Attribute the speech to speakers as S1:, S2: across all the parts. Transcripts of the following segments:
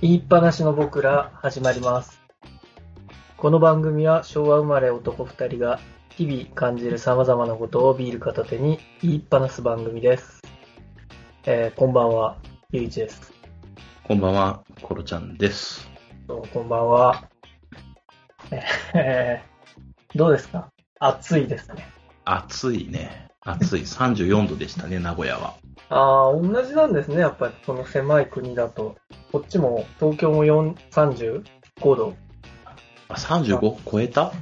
S1: 言いっぱなしの僕ら始まります。この番組は昭和生まれ男二人が日々感じる様々なことをビール片手に言いっぱなす番組です。えーこんばんは、ゆういちです。
S2: こんばんは、コロちゃんです。
S1: どうもこんばんは。えー どうですか暑いですね。
S2: 暑いね。暑い。34度でしたね、名古屋は。
S1: ああ、同じなんですね。やっぱりこの狭い国だと。こっちも東京も4 35度。
S2: あ 35? 超えた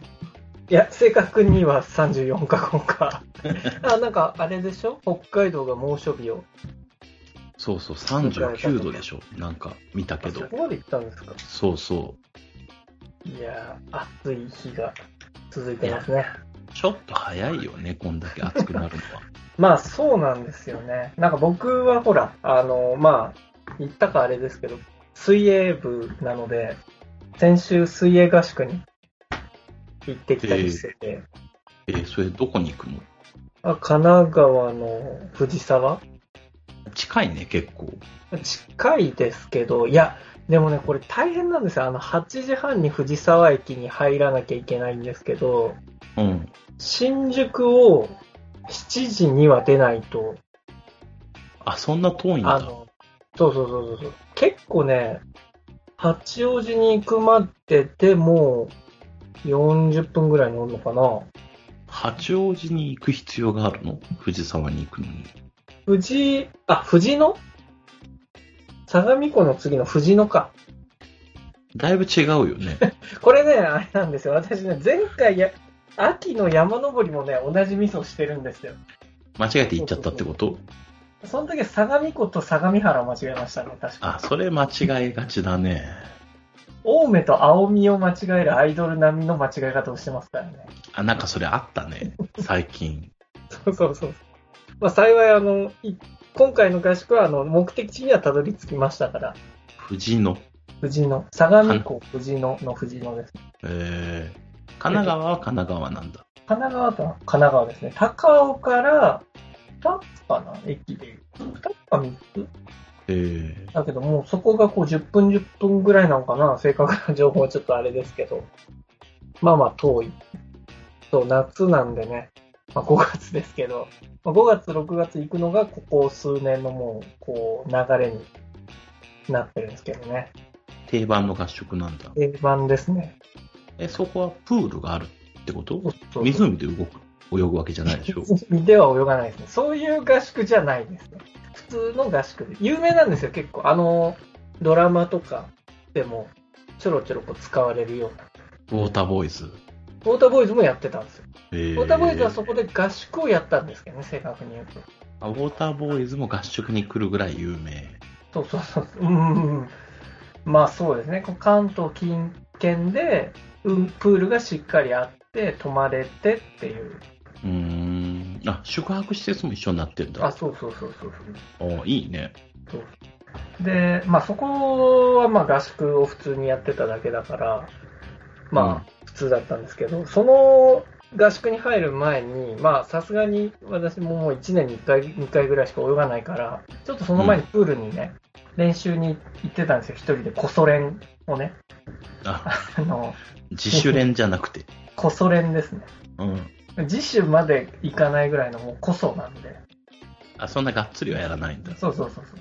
S1: いや、正確には34か5か。 あ、なんかあれでしょ北海道が猛暑日を。
S2: そうそう、39度でしょ。なんか見たけ
S1: あそ
S2: ど。
S1: こまで行ったんですか
S2: そうそ
S1: いやー、暑い日が続いてますね。
S2: う。ちょっと早いよね、こんだけ暑くなるのは。
S1: まあそうなんですよね。なんか僕はほら、あの、まあ、言ったかあれですけど、水泳部なので、先週水泳合宿に行ってきたりしてて、
S2: えーそれどこに行くの
S1: あ神奈川の藤沢
S2: 近いね、結構。
S1: 近いですけど、いや、でもね、これ大変なんですよ。あの、8時半に藤沢駅に入らなきゃいけないんですけど、
S2: うん。
S1: 新宿を7時には出ないと、
S2: あ、そんな遠いん
S1: あ
S2: だ。
S1: の、そうそうそうそうそう。結構ね、八王子に行くまででもう40分ぐらい乗るのかな。
S2: 八王子に行く必要があるの藤沢に行くのに。
S1: 富士、あ、富士野相模湖の次の富士野か。
S2: だいぶ違うよね。
S1: これね、あれなんですよ。私ね、前回や、秋の山登りもね、同じミスをしてるんですよ。
S2: 間違えて行っちゃったってこと
S1: その時は相模湖と相模原を間違えましたね、確か。
S2: あ、それ間違えがちだね。
S1: 青梅と青みを間違えるアイドル並みの間違い方をしてますからね。
S2: あ、なんかそれあったね。最近。
S1: そうそうそう。まあ幸い、あの、い今回の合宿は、あの、目的地にはたどり着きましたから、
S2: 藤野。
S1: 富士野、相模湖富士野の富士野です。
S2: えー、神奈川は神奈川なんだ。
S1: 神奈川とは神奈川ですね。高尾から、2つかな駅で。2つか3つ
S2: えー、
S1: だけど、もうそこがこう10分10分ぐらいなのかな正確な情報はちょっとあれですけど。まあまあ遠い。そう、夏なんでね。まあ5月ですけど、まあ、5月6月行くのがここ数年のもう、こう流れになってるんですけどね。
S2: 定番の合宿なんだ。
S1: 定番ですね。
S2: え、そこはプールがあるってこと
S1: そうそう
S2: 湖で動く、泳ぐわけじゃないで しょ。
S1: 湖では泳がないですね。そういう合宿じゃないですね。普通の合宿で。有名なんですよ、結構。あの、ドラマとかでも、ちょろちょろこう使われるような。
S2: ウォーターボーイズ。
S1: ウォーターボーイズもやってたんですよ。
S2: えー、
S1: ウォーターボーイズはそこで合宿をやったんですけどね、正確に言うと。
S2: あウォーターボーイズも合宿に来るぐらい有名。
S1: そうそうそう。うんうんうん。まあそうですね、こう関東近県で、うん、プールがしっかりあって、泊まれてっていう。
S2: うーん。あ、宿泊施設も一緒になってん
S1: あ、
S2: だ。
S1: そうそうそうそうそう。
S2: おいいね。
S1: で、まあそこはまあ合宿を普通にやってただけだから、まあ普通だったんですけど、その合宿に入る前に、まあさすがに私ももう1年に1回、2回ぐらいしか泳がないから、ちょっとその前にプールにね、練習に行ってたんですよ、一人で、コソ練をね、
S2: あ、
S1: あの、
S2: 自主練じゃなくて。
S1: コソ練ですね。
S2: うん。
S1: 自主まで行かないぐらいのもうコソなんで、
S2: あ、そんながっつりはやらないんだ。
S1: そうそうそうそう。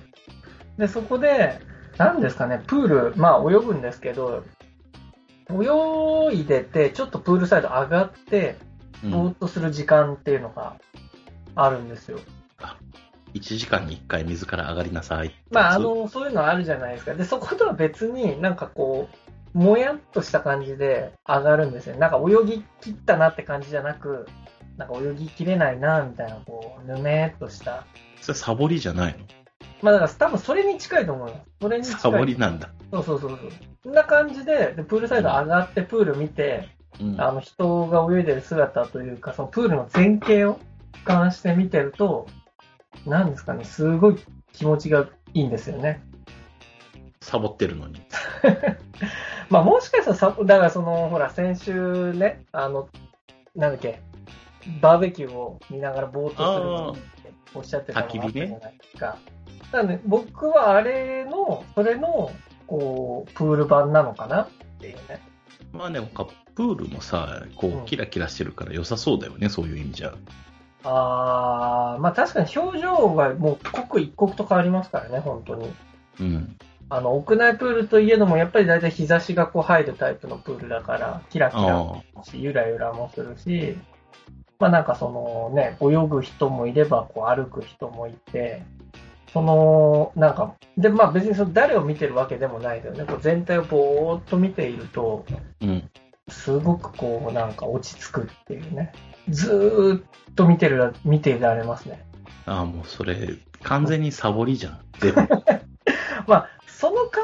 S1: で、そこで、なんですかね、プール、まあ泳ぐんですけど、泳いでて、ちょっとプールサイド上がって、
S2: う
S1: ぼー
S2: ん
S1: っ。とする時間っていうのがあるんですよ。
S2: 1時間に1回水から上がりなさい。
S1: まあ、あ、の、そういうのあるじゃないですか。で、そことは別になんかこう、もやっとした感じで上がるんですよ。なんか泳ぎ切ったなって感じじゃなく、なんか泳ぎきれないな、みたいな、こう、ぬめーっとした。
S2: それサボりじゃないの
S1: まあ、だから多分それに近いと思います。それに近い。
S2: サボりなんだ。
S1: そうそうそうそう。そんな感じで、でプールサイド上がってプール見て、
S2: うん
S1: あの人が泳いでる姿というか、そのプールの前景を俯瞰して見てると、なんですかね、すごい気持ちがいいんですよね。
S2: サボってるのに。
S1: まあもしかしたらさ、だからその、ほら、先週ね、あの、なんだっけ、バーベキューを見ながらぼーっとするっておっしゃってたのがあった
S2: 焚き
S1: じ
S2: 火
S1: ゃ
S2: ね
S1: ないですか。なんで、僕はあれの、それの、こう、プール版なのかなっていうね。
S2: まあね、なんかプールもさ、こ
S1: うん
S2: う、キラキラしてるから良さそうだよね、そういう意味じゃ。
S1: あー、まあ確かに表情がもう刻一刻と変わりますからね、本当に。
S2: うん。
S1: あの、屋内プールといえども、やっぱり大体日差しがこう入るタイプのプールだから、キラキラ
S2: あ
S1: し、ゆらゆらもするし、まあなんかそのね、泳ぐ人もいれば、こう歩く人もいて、その、なんか、で、まあ別にその誰を見てるわけでもないけどね、こう全体をぼーっと見ていると、
S2: あ、うん。
S1: すごくこうなんか落ち着くっていうね、ずーっと見てるら、見ていられますね。
S2: ああ、もうそれ、完全にサボりじゃん。全 部。
S1: まあ、その感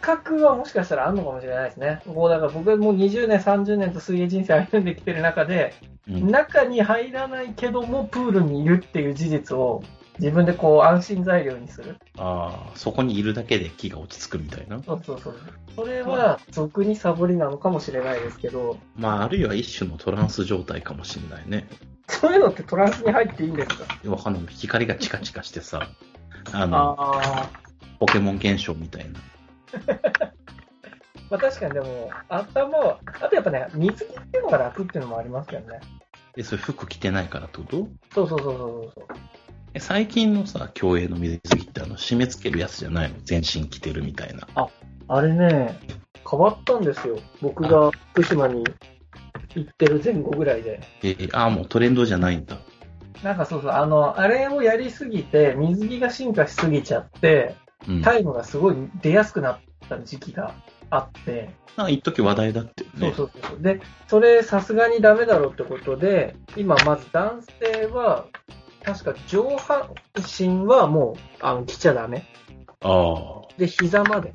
S1: 覚はもしかしたらあるのかもしれないですね。こうだから僕はもう20年、30年と水泳人生歩んできてる中で、
S2: うん。
S1: 中に入らないけどもプールにいるっていう事実を自分でこう安心材料にする。
S2: ああ、そこにいるだけで気が落ち着くみたいな。
S1: そうそうそう。それは俗にサボりなのかもしれないですけど、
S2: まあ、あるいは一種のトランス状態かもしれないね。
S1: そういうのってトランスに入っていいんですか
S2: わかんない。光がチカチカしてさ、あの、
S1: ああ。
S2: ポケモン現象みたいな。
S1: まあ確かにでも、頭は、あとやっぱね、水着っていうのが楽っていうのもありますけどね。
S2: え、それ服着てないからってこと
S1: そうそうそうそうそう。
S2: え、最近のさ、競泳の水着ってあの、締め付けるやつじゃないの全身着てるみたいな。
S1: あれね、変わったんですよ。僕が福島に行ってる前後ぐらいで。
S2: えーああ、もうトレンドじゃないんだ。
S1: なんかそうそう、あの、あれをやりすぎて、水着が進化しすぎちゃって、
S2: うん。
S1: タイムがすごい出やすくなった時期があって、
S2: なんか一時話題だってよ
S1: そう
S2: ね。
S1: そうそう。で、それさすがにダメだろうってことで、今まず男性は、確か上半身はもう、あの、着ちゃダメ。
S2: あ
S1: で、膝まで。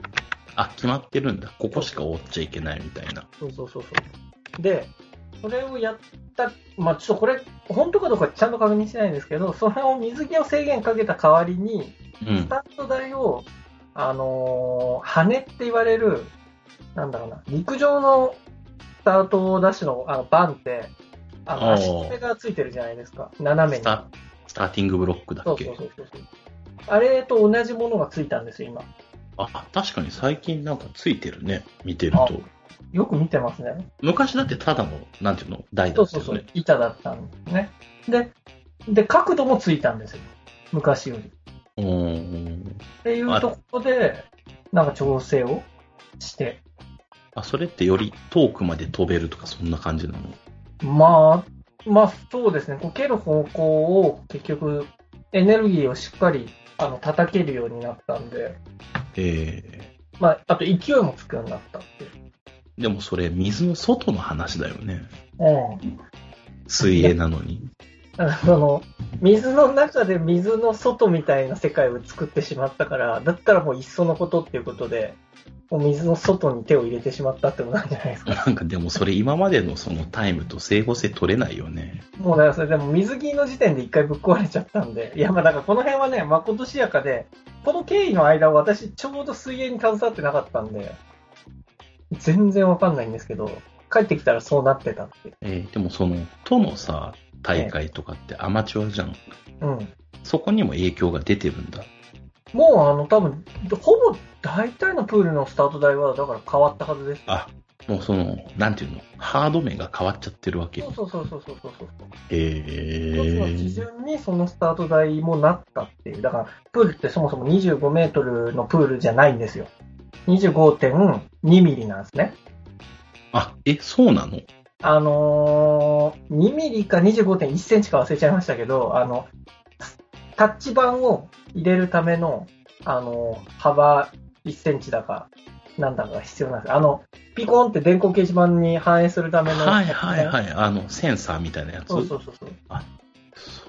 S2: あ。あ、決まってるんだ。ここしか覆っちゃいけないみたいな。
S1: そうそうそうそう。で、それをやった、まあちょっとこれ、本当かどうかちゃんと確認してないんですけど、それを水着を制限かけた代わりに、
S2: う
S1: ス
S2: ん。
S1: タンド台を、あのー羽って言われる、なんだろうな、陸上のスタートダッシュのあのバンって、あの
S2: あー
S1: 足爪がついてるじゃないですか、斜め
S2: ス
S1: に。
S2: タ、スターティングブロックだ
S1: そ
S2: っ
S1: う
S2: け
S1: そうそうそう。あれと同じものがついたんですよ、今。
S2: あ、確かに最近なんかついてるね。見てると。
S1: よく見てますね。
S2: 昔だってただの、なんていうの、台だ
S1: そう
S2: っ
S1: そ
S2: たよ
S1: うそ
S2: ね。
S1: う、板だったんですね。で、で、角度もついたんですよ、昔より。
S2: うーん。
S1: っていうところで、なんか調整をして、
S2: あ、それってより遠くまで飛べるとかそんな感じなの
S1: まあ、まあそうですね、こう蹴る方向を結局、エネルギーをしっかりあの叩けるようになったんで、
S2: え
S1: まあ、あと勢いもつくようになったっていう。
S2: ーでもそれ水の外の話だよね。
S1: うん。
S2: 水泳なのに。
S1: だからその、水の中で水の外みたいな世界を作ってしまったから、だったらもういっそのことっていうことで、もう水の外に手を入れてしまったってことなんじゃないですか。
S2: なんかでもそれ今までのそのタイムと整合性取れないよね。
S1: もうだからそれでも水着の時点で一回ぶっ壊れちゃったんで、いやまあだからこの辺はね、まことしやかで、この経緯の間私ちょうど水泳に携わってなかったんで、全然わかんないんですけど、帰ってきたらそうなってたっていう。
S2: えーでもその、都のさ、大会とかってアマチュアじゃん。
S1: うん。
S2: そこにも影響が出てるんだ。
S1: もうあの多分、ほぼ大体のプールのスタート台はだから変わったはずです。
S2: あ、もうその、なんていうの、ハード面が変わっちゃってるわけ
S1: そ。うそうそうそうそうそうそう。
S2: え
S1: 一つの基
S2: ー、
S1: 準にそのスタート台もなったっていう。だから、プールってそもそも25メートルのプールじゃないんですよ。25.2ミリなんですね。
S2: あ、え、そうなの
S1: あのー、2ミリか25.1センチか忘れちゃいましたけど、あの、タッチ板を入れるための、あのー、幅1センチだか、なんだかが必要なんです。あの、ピコンって電光掲示板に反映するための。
S2: はいはいはい。あの、センサーみたいなやつ。
S1: そうそうそうそう。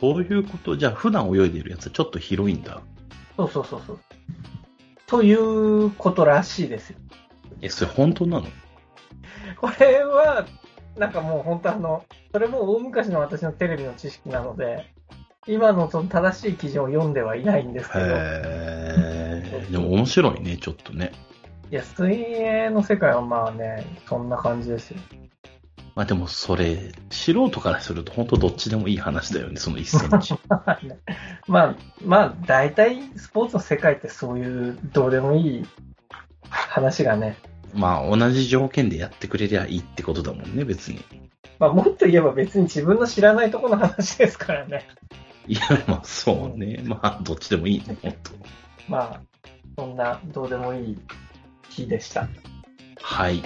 S2: そういうことじゃあ、普段泳いでるやつはちょっと広いんだ。
S1: そうそうそうそう。ということらしいですよ。
S2: え、それ本当なの
S1: これは、なんかもう本当あの、それも大昔の私のテレビの知識なので、今のその正しい記事を読んではいないんですけど、
S2: へーでも面白いね、ちょっとね。
S1: いや、水泳の世界はまあね、そんな感じですよ。
S2: まあでもそれ、素人からすると本当どっちでもいい話だよね、その1センチ。
S1: まあ、まあ、大体スポーツの世界ってそういうどうでもいい話がね、
S2: まあ同じ条件でやってくれりゃいいってことだもんね、別に。
S1: まあ、もっと言えば別に自分の知らないところの話ですからね。
S2: いや、まあそうね。まあどっちでもいいね、本当。
S1: まあ、そんなどうでもいい日でした。
S2: はい。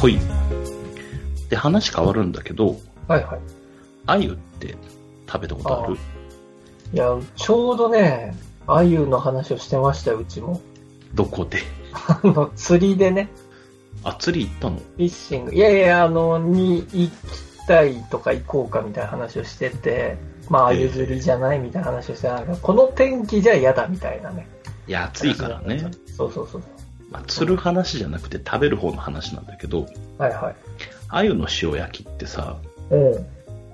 S2: ほい。で、話変わるんだけど、
S1: はいはい。
S2: 鮎って食べたことある
S1: いや、ちょうどね、あゆの話をしてましたよ、うちも。
S2: どこで
S1: あの、釣りでね、
S2: あ、釣り行ったの
S1: フィッシング。いやいや、あの、に行きたいとか行こうかみたいな話をしてて、まあ、あゆ釣りじゃないみたいな話をしてたんだけど、この天気じゃ嫌だみたいなね。
S2: いや、暑いからね。。
S1: そうそうそう。
S2: まあ、釣る話じゃなくて食べる方の話なんだけど、
S1: はいはい。
S2: 鮎の塩焼きってさ、
S1: うん。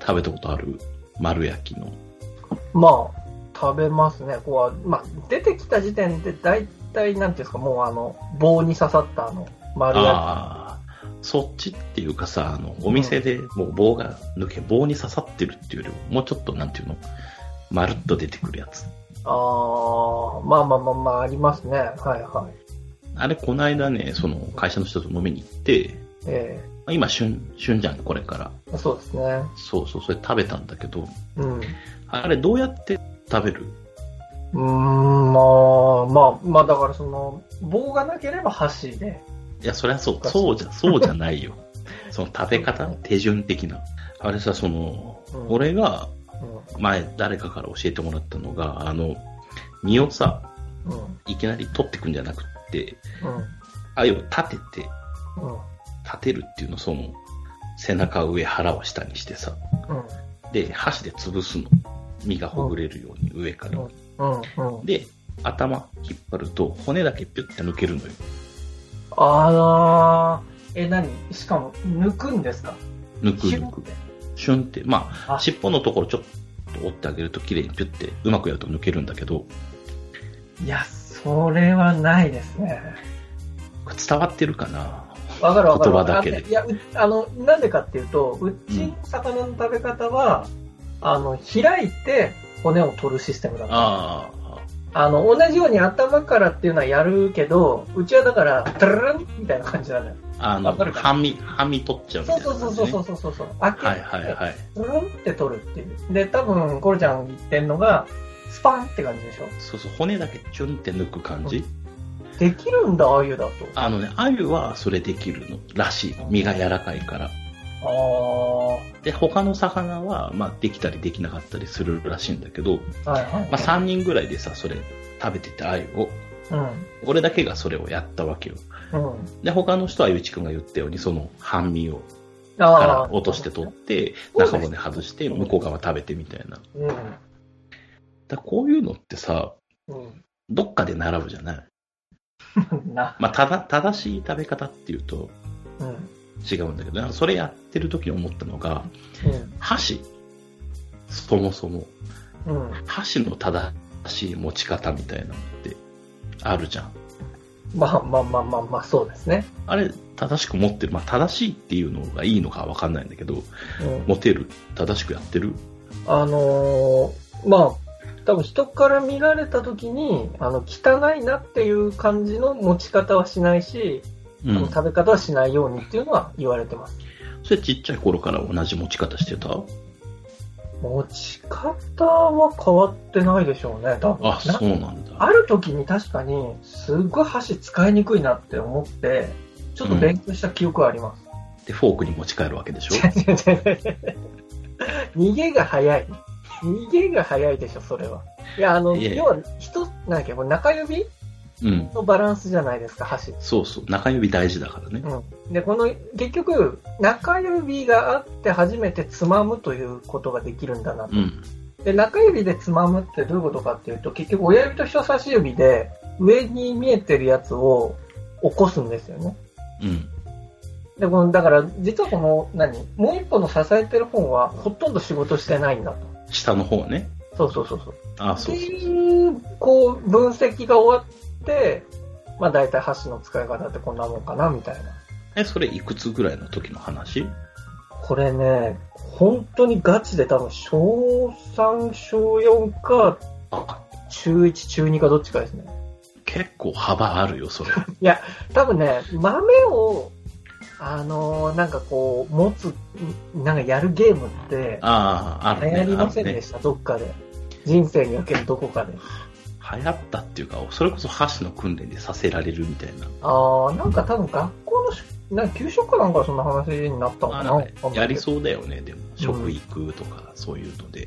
S2: 食べたことある丸焼きの。
S1: まあ、食べますね。こうは、まあ、出てきた時点で大体、なんていうんですか、もうあの、棒に刺さったあの、丸焼
S2: ああ、そっちっていうかさ、あの、お店でもう棒が抜け、棒に刺さってるっていうよりも、もうちょっとなんていうの、まるっと出てくるやつ。
S1: き。ああ、まあまあまあまあ、ありますね。はいはい。
S2: あれ、この間ね、その会社の人と飲みに行って、
S1: え
S2: まあ今、旬、旬じゃん、これから。
S1: えそうですね。
S2: そうそう、それ食べたんだけど、
S1: うん。う
S2: あれどうやって食べる
S1: ーん、まあ、まあ、まあ、だからその、棒がなければ箸で。
S2: いや、そりゃそう
S1: お、かしい
S2: そうじゃ、そうじゃないよ。 その食べ方、手順的な。あれさ、その、
S1: うん
S2: 俺が
S1: う
S2: 前誰かから教えてもらったのが、あの、身をさ、
S1: ん、うん、
S2: いきなり取ってくんじゃなくって、
S1: う
S2: 鮎を立てて、
S1: ん、うん、
S2: 立てるっていうの、その、背中を上、腹を下にしてさ、で、箸で潰すの。身がほぐれるように、上から。
S1: うん、うん、うん。
S2: で、頭引っ張ると、骨だけピュッて抜けるのよ。
S1: あー、え、何しかも、抜くんですか
S2: 抜く
S1: シュ
S2: 抜
S1: ンっ
S2: く。
S1: て
S2: シュンって、まあ、
S1: あ
S2: 尻尾のところちょっと折ってあげると綺麗にピュッて、うまくやると抜けるんだけど、
S1: いや、それはないですね。
S2: 伝わってるかな
S1: わかるわかる。
S2: 言葉だけで
S1: あのいや、うあの、なんでかっていうと、うちの魚の食べ方は、あの、開いて骨を取るシステムだった。
S2: ああ、
S1: あの、同じように頭からっていうのはやるけど、うちはだから、トゥルルンみたいな感じなのよ。
S2: あの、
S1: わかるか
S2: はみ、はみ取っちゃうみ
S1: そ
S2: た
S1: う
S2: いな
S1: そ
S2: 感
S1: う
S2: じ、
S1: そ
S2: ね。
S1: うそうそうそうそう。開けて、
S2: はいはいはい。
S1: トゥルンって取るっていう。で、多分、コロちゃん言ってんのが、スパンって感じでしょ。
S2: そうそう、骨だけチュンって抜く感じ。
S1: うできるんだ、ああいうだと。
S2: あのね、鮎はそれできるのらしいの。身が柔らかいから。
S1: ああ
S2: で、他の魚は、まあ、できたりできなかったりするらしいんだけど、
S1: ー、はいはい。
S2: まあ、3人ぐらいでさ、それ食べてて鮎を。俺だけがそれをやったわけよ。
S1: うん、うん。
S2: で、他の人はゆういちくんが言ったように、その半身を
S1: あ
S2: から落として取って、
S1: あー
S2: 中骨外して、向こう側食べてみたいな。
S1: うん。
S2: だこういうのってさ、
S1: うん。
S2: どっかで習うじゃない
S1: な、
S2: まあ、ただ、正しい食べ方っていうと
S1: うん。うん。
S2: 違うんだけど、なんかそれやってる時に思ったのが、箸。そもそも。
S1: うん。
S2: 箸の正しい持ち方みたいなのってあるじゃん。
S1: まあまあまあまあまあ、そうですね。
S2: あれ、正しく持ってる。まあ、正しいっていうのがいいのかわかんないんだけど、
S1: うん。
S2: 持てる。正しくやってる。
S1: あのーまあ、多分人から見られた時に、あの、汚いなっていう感じの持ち方はしないし、
S2: う
S1: あの
S2: ん。
S1: 食べ方はしないようにっていうのは言われてます。
S2: それちっちゃい頃から同じ持ち方してた
S1: 持ち方は変わってないでしょうね、多分。
S2: あ、
S1: な
S2: そうなんだ。
S1: ある時に確かに、すっごい箸使いにくいなって思って、ちょっと勉強した記憶はあります。
S2: で、フォークに持ち帰るわけでしょ
S1: 逃げが早い。逃げが早いでしょ、それは。いや、あの、
S2: いえいえ
S1: 要は、人、なんだっけ、これ中指
S2: うん。
S1: のバランスじゃないですか、箸。
S2: そうそう。中指大事だからね。
S1: うん。で、この、結局、中指があって初めてつまむということができるんだな。
S2: うん。
S1: で、中指でつまむってどういうことかっていうと、結局、親指と人差し指で、上に見えてるやつを起こすんですよね。
S2: うん。
S1: でも、だから、実はこの、何もう一本の支えてる本は、ほとんど仕事してないんだと。
S2: 下の方ね。
S1: そうそうそうそう。
S2: あ、
S1: って
S2: そうそう。
S1: いう、こう、分析が終わって、まあ大体箸の使い方ってこんなもんかな、みたいな。
S2: え、それいくつぐらいの時の話
S1: これね、本当にガチで多分、小3、小4か、
S2: あ、
S1: 中1、中2かどっちかですね。
S2: 結構幅あるよ、それ。
S1: 多分ね、豆を、あのーなんかこう、持つ、なんかやるゲームって、
S2: ああ、あ
S1: 流
S2: るね。
S1: 行りません
S2: ある
S1: で
S2: ね
S1: した、どっかで。人生におけるどこかで。
S2: 流行ったっていうか、それこそ箸の訓練でさせられるみたいな。
S1: あー、なんか多分学校のし、なんか給食かなんかでそんな話になったの
S2: あ
S1: か
S2: な
S1: なん
S2: かやりそうだよね、でも。
S1: う
S2: 食
S1: ん
S2: 育とか、そういうので。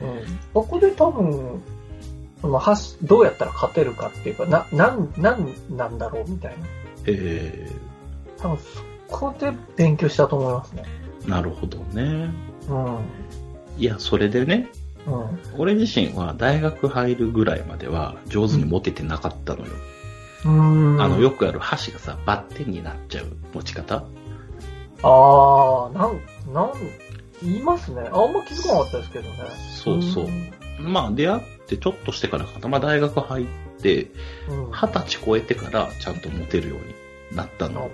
S1: うんそこで多分、そのはしどうやったら勝てるかっていうか、な、なん、なんなんだろうみたいな。
S2: え
S1: 多分そこで勉強したと思いますね。
S2: ー、なるほどね。
S1: うん。
S2: いや、それでね、
S1: うん。
S2: 俺自身は大学入るぐらいまでは上手に持ててなかったのよ。
S1: うーん。
S2: あの、よくある箸がさ、バッテンになっちゃう持ち方
S1: あー、なん、なん、言いますね。あんま気づかなかったですけどね。
S2: そうそう。まあ、出会ってちょっとしてからかな。まあ、大学入って、
S1: うん。うん。
S2: 二十歳超えてからちゃんと持てるようになった
S1: あ
S2: の。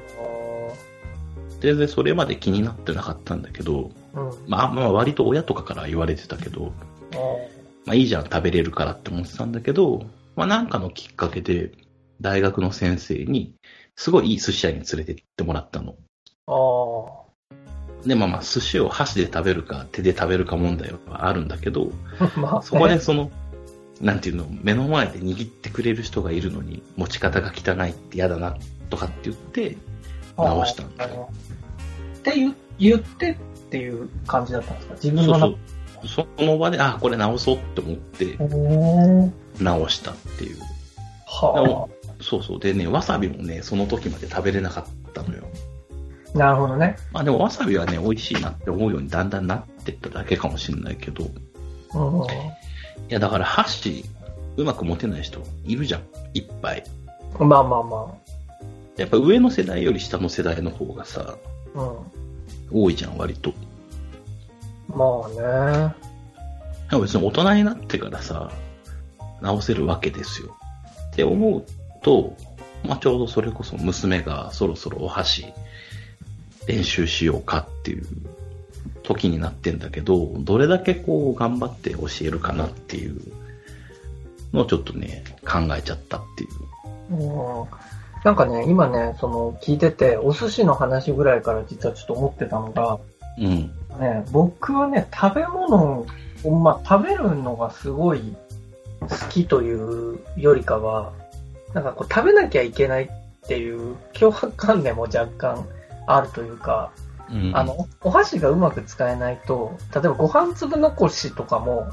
S2: 全然それまで気になってなかったんだけど、
S1: ーうん。
S2: まあ、まあ、割と親とかから言われてたけど、
S1: あー
S2: まあ、いいじゃん、食べれるからって思ってたんだけど、まあ、なんかのきっかけで、大学の先生に、すごいいい寿司屋に連れてってもらったの。
S1: あー。
S2: で、まあまあ、寿司を箸で食べるか手で食べるか問題はあるんだけど、
S1: まあ、
S2: そこで
S1: ね。
S2: その、なんていうの、目の前で握ってくれる人がいるのに、持ち方が汚いって嫌だな、とかって言って、直したんだ
S1: あーって言言ってっていう感じだったんですか自分
S2: そ
S1: の
S2: う
S1: 中
S2: そう。その場で、あ、これ直そうって思って
S1: おー
S2: 直したっていう。
S1: は
S2: そうそう。でね、わさびもね、その時まで食べれなかったのよ。
S1: あ、なるほどね。
S2: まあでもわさびはね、美味しいなって思うようにだんだんなってっただけかもしれないけど。い
S1: うん、
S2: や、だから箸、うまく持てない人いるじゃん。いっぱい。
S1: まあまあま
S2: やっぱ上の世代より下の世代の方がさ、
S1: あ、うん、
S2: 多いじゃん、割と。
S1: まあね、
S2: でも別に大人になってからさ、直せるわけですよ。って思うと、まあ、ちょうどそれこそ娘がそろそろお箸練習しようかっていう時になってんだけど、どれだけこう頑張って教えるかなっていうのをちょっとね、考えちゃったっていう。
S1: うん、なんかね、今ね、その聞いてて、お寿司の話ぐらいから実はちょっと思ってたのが、
S2: うん。
S1: ね、僕はね、食べ物を、まあ、食べるのがすごい好きというよりかは、なんかこう食べなきゃいけないっていう脅迫観念も若干あるというか、
S2: うん、
S1: あの、お箸がうまく使えないと、例えばご飯粒残しとかも、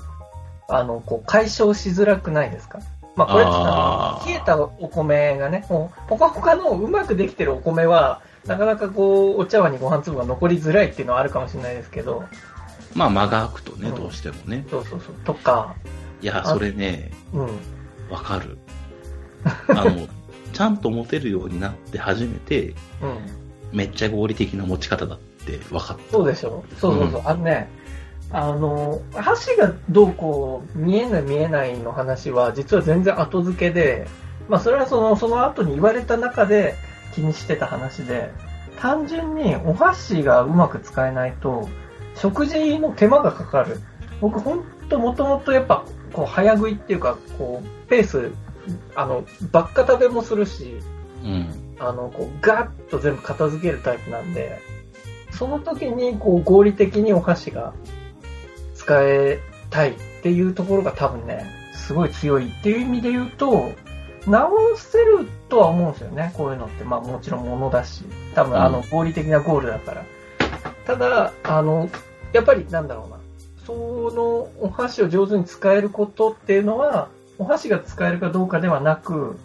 S1: あの、こう、解消しづらくないですかまあ、これって
S2: あー
S1: 冷えたお米がね、もう、ほかほかのうまくできてるお米は、なかなかこう、お茶碗にご飯粒が残りづらいっていうのはあるかもしれないですけど、
S2: まあ間が空くとね、
S1: うん
S2: どうしてもね。
S1: そうそうそう、とか、
S2: いや、
S1: あ
S2: それね、
S1: うん、
S2: わかる。あ の、ちゃんと持てるようになって初めて、
S1: うん、
S2: めっちゃ合理的な持ち方だって分かっ
S1: そうでしょう。そうそうそう、あのね、あの、箸がどうこう、見えない見えないの話は、実は全然後付けで、まあそれはその、その後に言われた中で気にしてた話で、単純にお箸がうまく使えないと、食事の手間がかかる。僕ほんともともとやっぱ、こう、早食いっていうか、こう、ペース、あの、ばっか食べもするし、
S2: た。うん。
S1: あの、こう、ガッと全部片付けるタイプなんで、その時に、こう、合理的にお箸が使えたいっていうところが多分ね、すごい強いっていう意味で言うと、直せるとは思うんですよね、こういうのって。まあもちろん物だし、多分あの、
S2: う
S1: 合理的なゴールだから。ただ、あの、やっぱりなんだろうな、そのお箸を上手に使えることっていうのは、お箸が使えるかどうかではなく、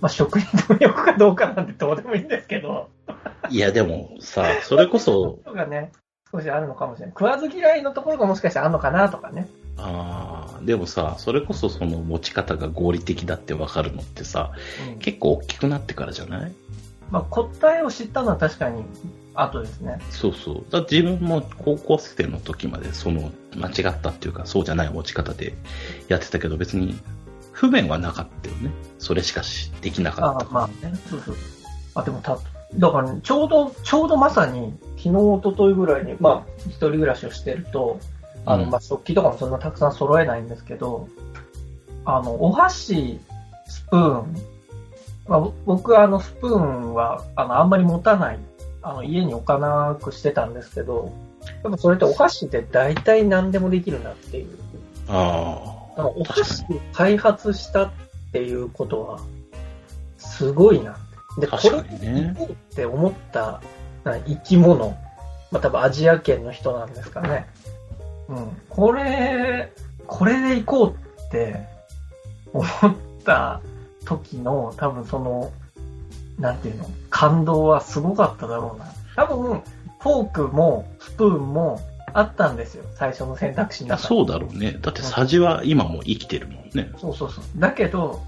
S1: まあ、職人の欲かどうかなんてどうでもいいんですけど、
S2: いや、でもさ、それこそ、
S1: とかね、少しあるのかもしれない。食わず嫌いのところがもしかしたらあるのかなとかね。
S2: あーでもさ、それこそその持ち方が合理的だって分かるのってさ、
S1: うん
S2: 結構大きくなってからじゃない
S1: まあ、答えを知ったのは確かに、後ですね。
S2: そうそう。だ自分も高校生の時までその間違ったっていうかそうじゃない持ち方でやってたけど別に不便はなかったよね。それしかしできなかった
S1: あまあね、そうそう。あ、でもた、だからね、ちょうど、ちょうどまさに、昨日、一昨日ぐらいに、まあ、一人暮らしをしてると、あの、
S2: うん
S1: まあ、食器とかもそんなたくさん揃えないんですけど、あの、お箸、スプーン、まあ、ぼ僕はあの、スプーンは、あの、あんまり持たない、あの、家に置かなくしてたんですけど、でもそれってお箸で大体何でもできるなっていう。
S2: あ
S1: だからお
S2: 確
S1: 箸を開発したっていうことは、すごいなって。で、
S2: あ。
S1: こ
S2: 確
S1: れ
S2: かにね。
S1: って思ったな生き物、まあ、多分アジア圏の人なんですかね。うん。これ、これで行こうって思った時の、多分その、なんていうの、感動はすごかっただろうな。多分、フォークもスプーンもあったんですよ。最初の選択肢
S2: い
S1: の
S2: や
S1: 中に
S2: そうだろうね。だってサジは今も生きてるもんね。
S1: そうそうそう。だけど、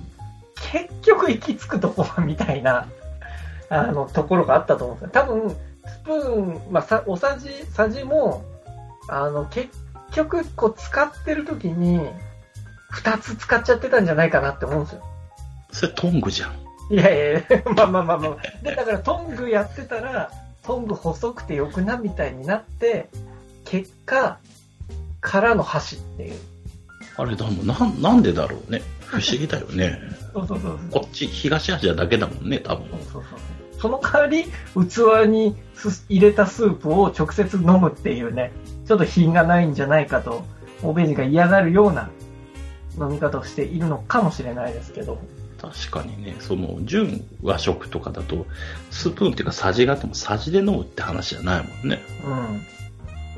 S1: 結局行き着くところみたいな、あの、ところがあったと思うんですよ。多分、スプーン、まあ、さおさじ、さじも、あの、結局、こう、使ってる時に、二つ使っちゃってたんじゃないかなって思うんですよ。
S2: それトングじゃん。
S1: いやいやいや、まあまあまあまあ。で、だからトングやってたら、トング細くてよくなみたいになって、結果、からの箸っていう。
S2: あれ、でもなんなんでだろうね。不思議だよ ね。
S1: そうそうそうそう。
S2: こっち、東アジアだけだもんね、多分
S1: そ。うそうそうその代わり、器にす入れたスープを直接飲むっていうね、ちょっと品がないんじゃないかと、欧米人が嫌がるような飲み方をしているのかもしれないですけど、
S2: 確かにね、その、純和食とかだと、スプーンっていうか、さじがあっても、さじで飲むって話じゃないもんね。
S1: うん。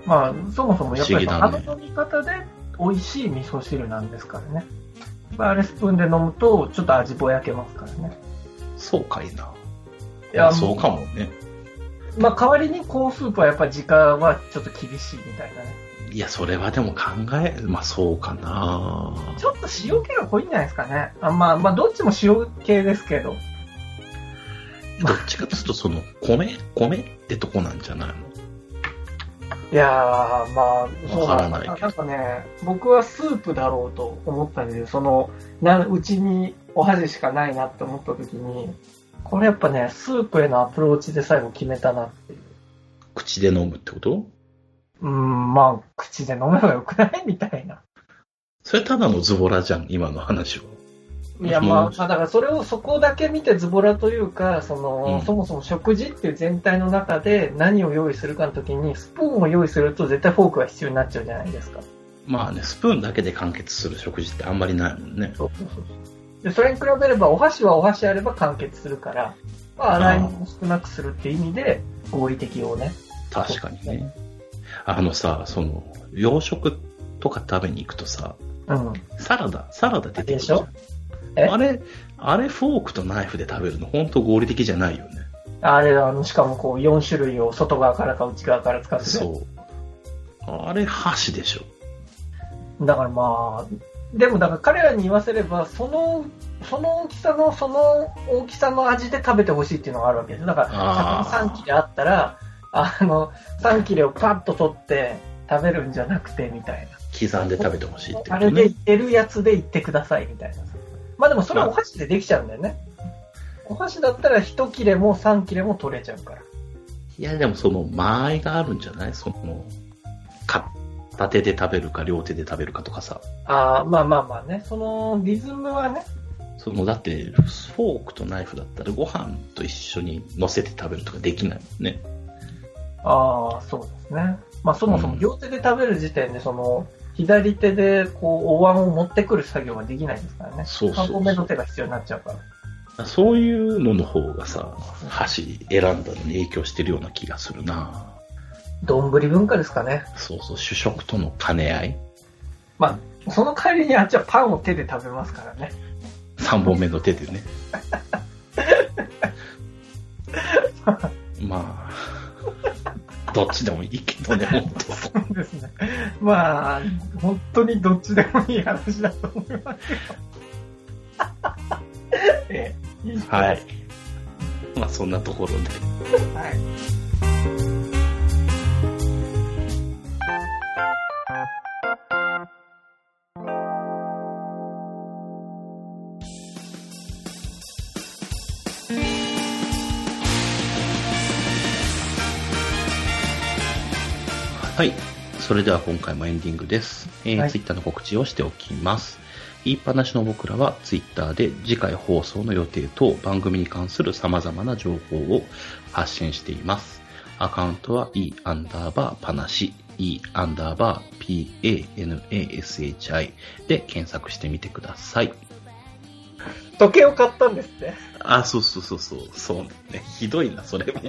S1: まあ、そもそもやっぱり、
S2: 不思議だ
S1: あ
S2: ね
S1: の飲み方で美味しい味噌汁なんですからね。まああれスプーンで飲むと、ちょっと味ぼやけますからね。
S2: そうかいな。
S1: いや
S2: そうかもね。
S1: まあ、代わりにコーンスープはやっぱり時間はちょっと厳しいみたいなね。
S2: いや、それはでも考え、まあそうかな。
S1: ちょっと塩気が濃いんじゃないですかね。あまあ、まあ、どっちも塩系ですけど。
S2: どっちかというと、その、米米ってとこなんじゃないの
S1: いやー、まあ、そう
S2: わから
S1: だ
S2: ないけど
S1: なんかね、僕はスープだろうと思ったんですよ。その、なうちにお箸しかないなって思った時に、これやっぱね、スープへのアプローチで最後決めたなっていう。
S2: 口で飲むってこと
S1: うーん、まあ、口で飲めばよくないみたいな。
S2: それただのズボラじゃん、今の話は。
S1: いや、
S2: うん
S1: まあ、まあだからそれをそこだけ見てズボラというか、その、
S2: うん
S1: そもそも食事っていう全体の中で何を用意するかの時に、スプーンを用意すると絶対フォークが必要になっちゃうじゃないですか。
S2: まあね、スプーンだけで完結する食事ってあんまりないもんね。
S1: そうそうそうで、それに比べればお箸はお箸あれば完結するから、まあ、洗い物を少なくするっていう意味で合理的をね。
S2: 確かにね。あのさ、その、洋食とか食べに行くとさ、
S1: うん。
S2: サラダ、サラダ出てくるじゃん
S1: え
S2: あれ、あれフォークとナイフで食べるの本当合理的じゃないよね。
S1: あれ、あの、しかもこう4種類を外側からか内側から使って、ね。
S2: そう。あれ箸でしょ。
S1: だからまあ、でもだから彼らに言わせれば、その、その大きさの、その大きさの味で食べてほしいっていうのがあるわけです。だから、
S2: あー
S1: さっきの3切れあったら、あの、3切れをパッと取って食べるんじゃなくて、みたいな。
S2: 刻んで食べてほしいってこ
S1: あ
S2: と
S1: れで
S2: ね
S1: い。けるやつでいってください、みたいな。まあでもそれはお箸でできちゃうんだよね。お箸だったら1切れも3切れも取れちゃうから。
S2: いや、でもその間合いがあるんじゃないその、片手で食べるか両手で食べるかとかさ。
S1: ああ、まあまあまあね。そのリズムはね、
S2: そのだって、フォークとナイフだったらご飯と一緒に乗せて食べるとかできないもんね。
S1: ああ、そうですね。まあそもそうも
S2: ん
S1: 両手で食べる時点で、その、左手で、こう、お椀を持ってくる作業ができないですからね。
S2: そうそうそ
S1: 3
S2: う
S1: 本目の手が必要になっちゃうから。
S2: そういうのの方がさ、箸選んだのに影響してるような気がするな
S1: 丼文化ですかね。
S2: そうそう、主食との兼ね合い。
S1: まあ、その代わりにあっちはパンを手で食べますからね。
S2: 3本目の手でね。まあ、どっちでもいいけどね、ほんと。
S1: そうですね。まあ、本当にどっちでもいい話だと思いますよ。 ええ、いいと思
S2: はい。まあ、そんなところで。
S1: ますはい。
S2: はい。それでは今回もエンディングです。えー
S1: はい
S2: ツイッターの告知をしておきます。言いっぱなしの僕らはツイッターで次回放送の予定と番組に関する様々な情報を発信しています。アカウントは e アンダーバーパナシ e アンダーバー panashi で検索してみてください。
S1: 時計を買ったんですって。
S2: あ、そうそうそうそう、そうね。ひどいな、それも。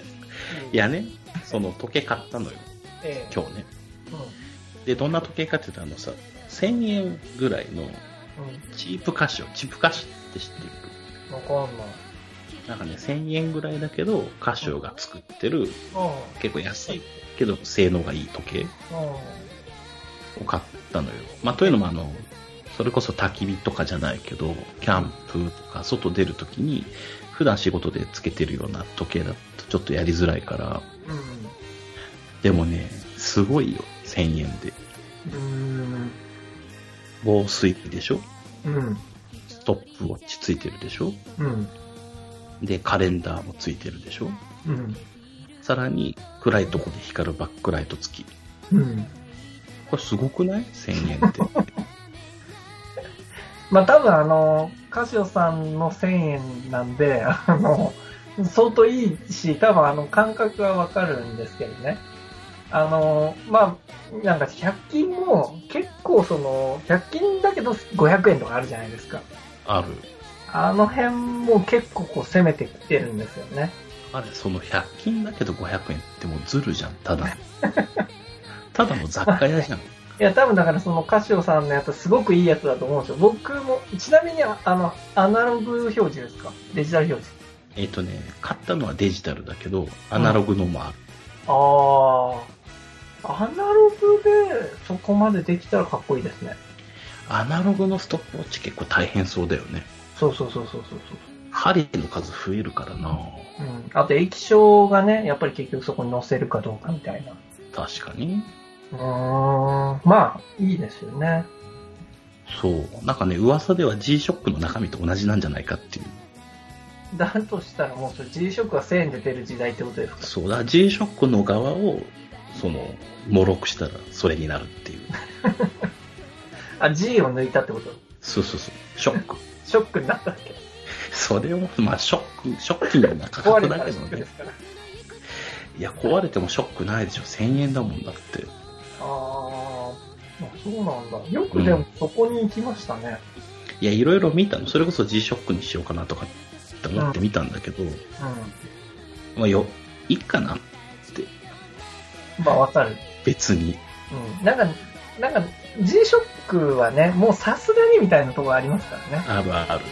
S2: いやね、その時計買ったのよ、
S1: ええ、
S2: 今日ね。
S1: うん
S2: で、どんな時計かって言ったらあのさ、1000円ぐらいの
S1: う
S2: チープカシオ、チープカシって知って
S1: ん。わかんない。
S2: るなんかね、1000円ぐらいだけど、カシオが作ってる、
S1: う
S2: 結構安いけど性能がいい時計
S1: ん。うん。
S2: を買ったのよ。まあ、というのもあの、それこそ焚き火とかじゃないけど、キャンプとか外出るときに、普段仕事でつけてるような時計だとちょっとやりづらいから、
S1: うん。
S2: でもね、すごいよ、1000円で。
S1: うーん。
S2: 防水機でしょ
S1: うん。
S2: ストップウォッチついてるでしょ
S1: うん。
S2: で、カレンダーもついてるでしょ
S1: うん。
S2: さらに、暗いとこで光るバックライト付き。
S1: うん。
S2: これすごくない ?1000 円って。
S1: まあ多分あの、カシオさんの1000円なんで、 あの、相当いいし、多分あの感覚はわかるんですけどね。あの、まあ、なんか100均も結構その、100均だけど500円とかあるじゃないですか。
S2: ある。
S1: あの辺も結構こう攻めてきてるんですよね。
S2: あれ、その100均だけど500円ってもうずるじゃん、ただの。ただの雑貨屋じゃん。
S1: いや、多分だからそのカシオさんのやつすごくいいやつだと思うんですよ。僕も、ちなみにああの、アナログ表示ですかデジタル表示。
S2: えっ、とね、買ったのはデジタルだけど、アナログのもある。
S1: ああ、アナログでそこまでできたらかっこいいですね。
S2: アナログのストップウォッチ結構大変そうだよね。
S1: そうそうそうそうそうそ
S2: 針の数増えるからな
S1: う。うん。あと液晶がね、やっぱり結局そこに載せるかどうかみたいな。
S2: 確かに。
S1: うーん。まあ、いいですよね。
S2: そう。なんかね、噂では G-SHOCK の中身と同じなんじゃないかっていう。
S1: だとしたらもうそれ G-SHOCK が1000円で出る時代ってことですか
S2: そうだ、G-SHOCK の側を、その、もろくしたらそれになるっていう。
S1: あ、G を抜いたってこと
S2: そうそうそう。ショック。
S1: ショックになったっ け
S2: それを、まあ、ショック、ショッキングな価
S1: 壊れ
S2: 格
S1: た
S2: だ
S1: ら
S2: け
S1: シ
S2: ど
S1: ョックで
S2: ね
S1: す。から。
S2: いや、壊れてもショックないでしょ。1000円だもんだって。
S1: あーあ、そうなんだ。よくでもそこに行きましたね。
S2: いや、いろいろ見たの。それこそ G-SHOCK にしようかなとかって思って見たんだけど、
S1: う
S2: まあ、よ、いいかな。
S1: ん。まあ、わかる。
S2: 別に。
S1: うん。なんか、なんか、G-SHOCK はね、もうさすがにみたいなところありますからね。
S2: あるある。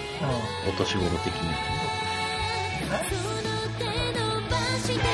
S1: うん。
S2: お年頃的に。
S3: 「手を伸ばして」